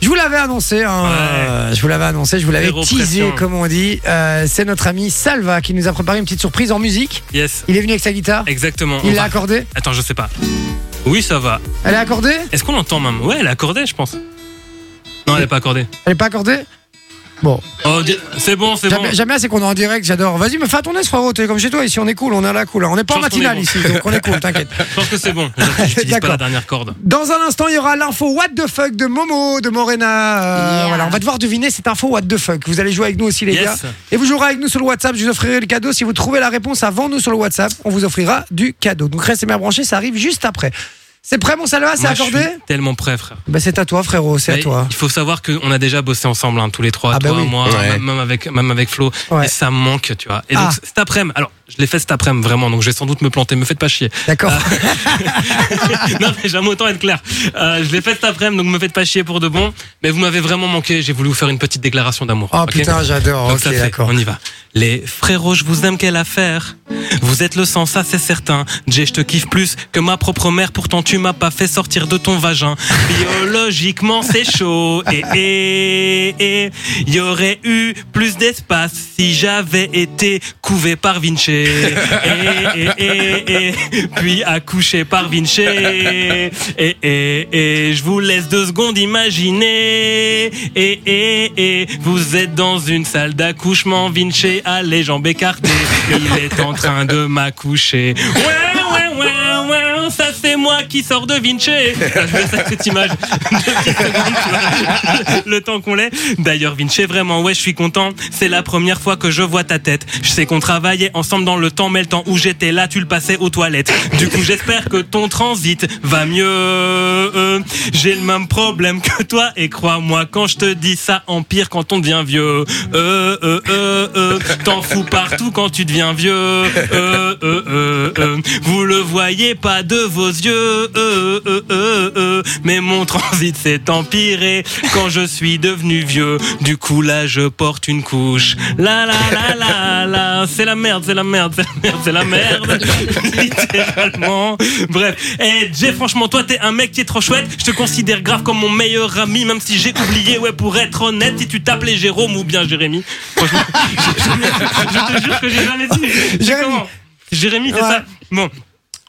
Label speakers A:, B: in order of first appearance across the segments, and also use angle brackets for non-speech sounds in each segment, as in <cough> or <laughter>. A: Je vous l'avais annoncé, hein, euh, je vous l'avais annoncé, je vous l'avais
B: Zéro
A: teasé,
B: pression.
A: comme on dit. Euh, c'est notre ami Salva qui nous a préparé une petite surprise en musique.
B: Yes,
A: Il est venu avec sa guitare.
B: exactement.
A: Il
B: On
A: l'a
B: va-
A: accordée.
B: Attends, je sais pas. Oui, ça va.
A: Elle est accordée
B: Est-ce qu'on l'entend même Ouais, elle est accordée, je pense. Non, elle est pas accordée.
A: Elle est pas accordée Bon,
B: Oh, di- c'est bon, c'est bon.
A: jamais, jamais assez qu'on est en direct, j'adore. Vas-y, mais fais à ton aise, frérot, t'es comme chez toi, ici on est cool, on est à la cool. hein. On n'est pas en
B: Je pense qu'on
A: matinale
B: est
A: ici, donc on est
B: <laughs>
A: cool, t'inquiète.
B: Je pense que c'est bon.
A: <laughs>
B: J'utilise pas
A: D'accord.
B: la dernière corde.
A: Dans un instant, il y aura l'info What the fuck de Momo, de Morena. Euh,
C: Yeah.
A: Voilà, on va devoir deviner cette info What the fuck. Vous allez jouer avec nous aussi, les
B: Yes.
A: gars. Et vous jouerez avec nous sur le WhatsApp. Je vous offrirai le cadeau. Si vous trouvez la réponse avant nous sur le WhatsApp, on vous offrira du cadeau. Donc restez bien branchés, ça arrive juste après. C'est prêt, mon Salva C'est
B: Moi, je
A: accordé
B: suis Tellement prêt, frère.
A: Bah, C'est à toi, frérot, c'est à
B: Mais
A: toi.
B: Il faut savoir qu'on a déjà bossé ensemble, hein, tous les trois,
A: Ah bah
B: toi,
A: oui.
B: moi,
D: Ouais.
B: même- même avec, même avec Flo.
A: Ouais.
B: Et ça me manque, tu vois. Et donc,
A: Ah.
B: cet après-midi, alors, je l'ai fait cet après-midi, vraiment, donc je vais sans doute me planter, me faites
A: <laughs>
B: pas chier.
A: D'accord.
B: Ah. non, mais j'aime autant être clair. Euh, je l'ai fait cet après-midi, donc me faites pas chier pour de bon. Mais vous m'avez vraiment manqué, j'ai voulu vous faire une petite déclaration d'amour.
A: Oh
B: ok
A: putain, j'adore.
B: Comme
A: Ok,
B: ça, c'est-
A: d'accord.
B: on y va. Les frérots, je vous aime, quelle affaire. Vous êtes le sang, ça c'est certain. Jay, je te kiffe plus que ma propre mère, pourtant tu m'as pas fait sortir de ton vagin. Biologiquement, c'est chaud. Eh, Et, et, et, eh. y aurait eu plus d'espace si j'avais été couvé par Vinci. Eh, Et, et, et, et, <laughs> puis accouché par Vinci. Et, et, et, je vous laisse deux secondes imaginer. Et, et, et, vous êtes dans une salle d'accouchement. Vinci a les jambes écartées. Il est en train de m'accoucher. Ouais, ouais, ouais, ouais. Ça, c'est moi qui sors de Vinci. Ah, Je vais faire cette image deux petites secondes, tu vois, le temps qu'on l'ait. D'ailleurs, Vinci, vraiment, ouais, je suis content. C'est la première fois que je vois ta tête. Je sais qu'on travaillait ensemble dans le temps, mais le temps où j'étais là, tu le passais aux toilettes. Du coup, j'espère que ton transit va mieux. Euh, J'ai le même problème que toi, et crois-moi, quand je te dis ça empire quand on devient vieux. Euh, euh, euh, euh, T'en fous partout quand tu deviens vieux. Euh, euh, euh, euh. Vous le voyez pas de vos yeux. Euh, euh, euh, euh. Mais mon transit s'est empiré quand je suis devenu vieux. Du coup, là, je porte une couche. La la la la la. C'est la merde, c'est la merde, c'est la merde, c'est la merde. Littéralement. Bref. Eh, Jay, franchement, toi, t'es un mec qui est trop chouette. Je te considère grave comme mon meilleur ami, même si j'ai oublié, ouais, pour être honnête, si tu t'appelais Jérôme ou bien Jérémy. Franchement, je, je te jure que j'ai jamais dit.
A: Jérémy.
B: Comment Jérémy, c'est
A: Ouais.
B: ça Bon.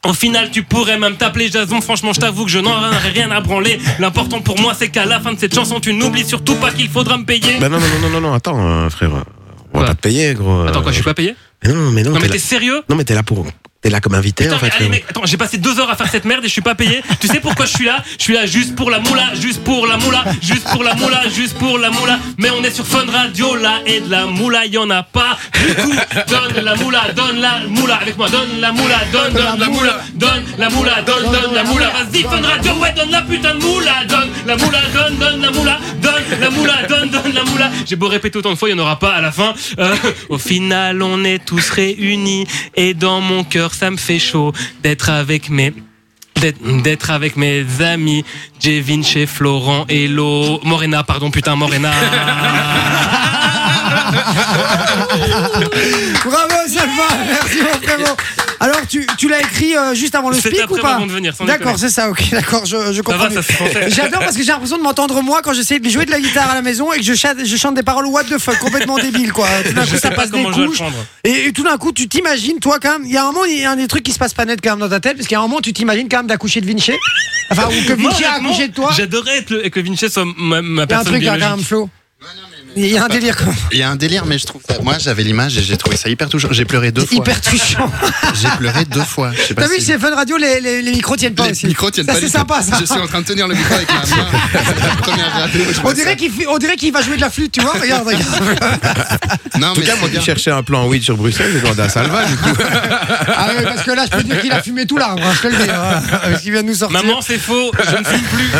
B: Au final, tu pourrais même t'appeler Jason. Franchement, je t'avoue que je n'en ai rien à branler. L'important pour moi, c'est qu'à la fin de cette chanson, tu n'oublies surtout pas qu'il faudra me payer.
D: Bah non, non, non, non, non, non, attends, euh, frère. On
B: Quoi
D: va pas te payer, gros. euh,
B: Attends, quoi, je suis pas payé
D: Mais non, mais non,
B: Non,
D: t'es
B: mais
D: là...
B: t'es sérieux
D: non, mais t'es là pour. T'es là comme invité,
B: Putain,
D: en fait.
B: mais allez,
D: frérot.
B: mec, attends, j'ai passé deux heures à faire cette merde et je suis pas payé. Tu sais pourquoi je suis là Je suis là juste pour la moula, juste pour la moula, juste pour la moula, juste pour la moula. Mais on est sur Fun Radio là et de la moula, y en a pas. Du coup, donne la moula, donne la moula avec moi, donne la moula, donne, donne la moula, donne la moula, donne, donne la moula. Vas-y, Fun Radio, ouais, donne la putain de moula, donne la moula, donne, donne la moula, donne la moula, donne, donne la moula. J'ai beau répéter autant de fois, il n'y en aura pas à la fin. Euh, au final, on est tous réunis et dans mon cœur, ça me fait chaud d'être avec mes d'être- d'être avec mes amis Jevin chez Florent et Lo Morena pardon putain Morena
A: Bravo, Salva. Merci, mon frérot. Alors, tu, tu l'as écrit euh, juste avant le
B: C'était
A: speak ou
B: après
A: pas
B: avant de venir, sans
A: D'accord,
B: déconner.
A: c'est ça, ok, d'accord, je, je
B: ça
A: comprends.
B: va
A: mieux.
B: ça se français
A: J'adore parce que j'ai l'impression de m'entendre moi quand j'essaie de jouer de la guitare à la maison et que je chante, je chante des paroles what the fuck complètement débiles quoi. Tout d'un coup
B: je
A: ça
B: sais pas
A: passe des
B: comment je vais le
A: couches
B: prendre
A: et, et tout d'un coup tu t'imagines toi quand même. Il y a un moment il y a un des trucs qui se passe pas net quand même dans ta tête parce qu'il y a un moment tu t'imagines quand même d'accoucher de Vinci. Enfin ou que
B: Moi,
A: Vinci a
B: honnêtement,
A: accouché de toi.
B: j'adorais être le- que Vinci soit ma, ma
A: Il y a un
B: personne
A: truc là, quand même
B: biologique
A: Flo. Il y a un délire quand même.
E: Il y a un délire, mais je trouve ça. Moi, j'avais l'image et j'ai trouvé ça hyper touchant. J'ai pleuré deux fois.
A: hyper touchant.
E: J'ai pleuré deux fois. Je sais pas
A: T'as vu
E: si-
A: chez Fun Radio les, les, les micros tiennent pas
E: Les
A: aussi.
E: micros tiennent
A: ça
E: pas
A: c'est
E: du
A: sympa
E: tout.
A: ça. <laughs>
E: Je suis en train de tenir le micro avec ma main. C'est la première radio où je
A: On
E: vois ça.
A: dirait qu'il fait- on dirait qu'il va jouer de la flûte tu
E: <laughs>
A: vois regarde regarde.
E: Non,
D: En tout
E: mais
D: cas,
E: c'est
D: moi
E: bien.
D: qui cherchais un plan weed sur Bruxelles, j'ai demandé à Salva, du coup.
A: Ah ouais, parce que là je peux dire qu'il a fumé tout l'arbre. hein, Je te le dis.
E: <laughs>
A: hein, Parce qu'il vient de nous sortir.
B: maman c'est faux je ne fume plus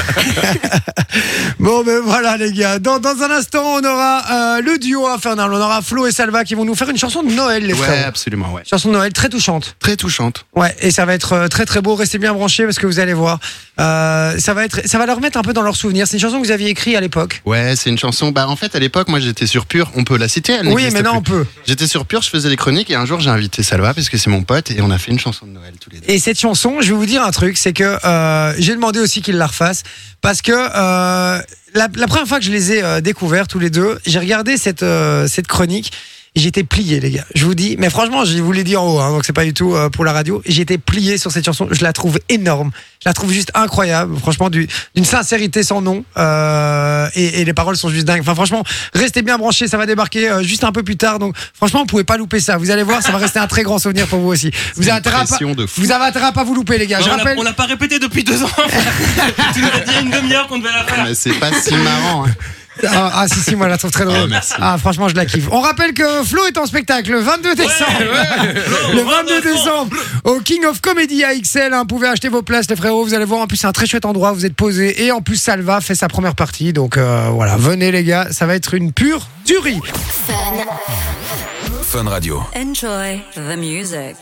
A: Bon ben voilà les gars, dans, dans un instant on aura euh, le duo infernal, on aura Flo et Salva qui vont nous faire une chanson de Noël les
E: Ouais,
A: frères.
E: absolument, ouais.
A: Chanson de Noël très touchante.
E: Très touchante.
A: Ouais, et ça va être euh, très très beau, restez bien branchés parce que vous allez voir. Euh, ça va être ça va leur mettre un peu dans leurs souvenirs. C'est une chanson que vous aviez écrite à l'époque.
E: Ouais, c'est une chanson. Bah, en fait, à l'époque, moi, j'étais sur Pure. On peut la citer, elle
A: Oui,
E: n'existe
A: maintenant on
E: plus.
A: peut.
E: J'étais sur Pure, je faisais les chroniques et un jour, j'ai invité Salva parce que c'est mon pote et on a fait une chanson de Noël tous les deux.
A: Et cette chanson, je vais vous dire un truc, c'est que euh, j'ai demandé aussi qu'ils la refassent parce que euh, la, la première fois que je les ai euh, découverts tous les deux, j'ai regardé cette, euh, cette chronique. et J'étais plié, les gars. Je vous dis, mais franchement, je vous l'ai dit en haut, hein, donc c'est pas du tout euh, pour la radio. J'étais plié sur cette chanson. Je la trouve énorme. Je la trouve juste incroyable. Franchement, du- d'une sincérité sans nom. Euh, et, et les paroles sont juste dingues. Enfin, franchement, restez bien branchés. Ça va débarquer euh, juste un peu plus tard. Donc, franchement, vous pouvez pas louper ça. Vous allez voir, ça va rester un très grand souvenir pour vous aussi. Vous avez intérêt à pas,
E: pression de fou.
A: vous avez intérêt à pas vous louper, les gars.
B: Bah,
A: je
B: on l'a-
A: rappelle.
B: on l'a pas répété depuis deux ans. <laughs> tu nous as dit il y a une demi-heure qu'on devait la faire.
E: Mais c'est pas si marrant. hein.
A: Ah, ah, si, si, moi je la trouve très drôle.
E: Ah, merci.
A: Ah, franchement, je la kiffe. On rappelle que Flo est en spectacle le 22 décembre. Le 22 décembre au King of Comedy à XL. hein. vous pouvez acheter vos places, les frérots. Vous allez voir, en plus, c'est un très chouette endroit. Vous êtes posés. Et en plus, Salva fait sa première partie. Donc euh, voilà, venez, les gars. Ça va être une pure tuerie.
C: Enjoy the music.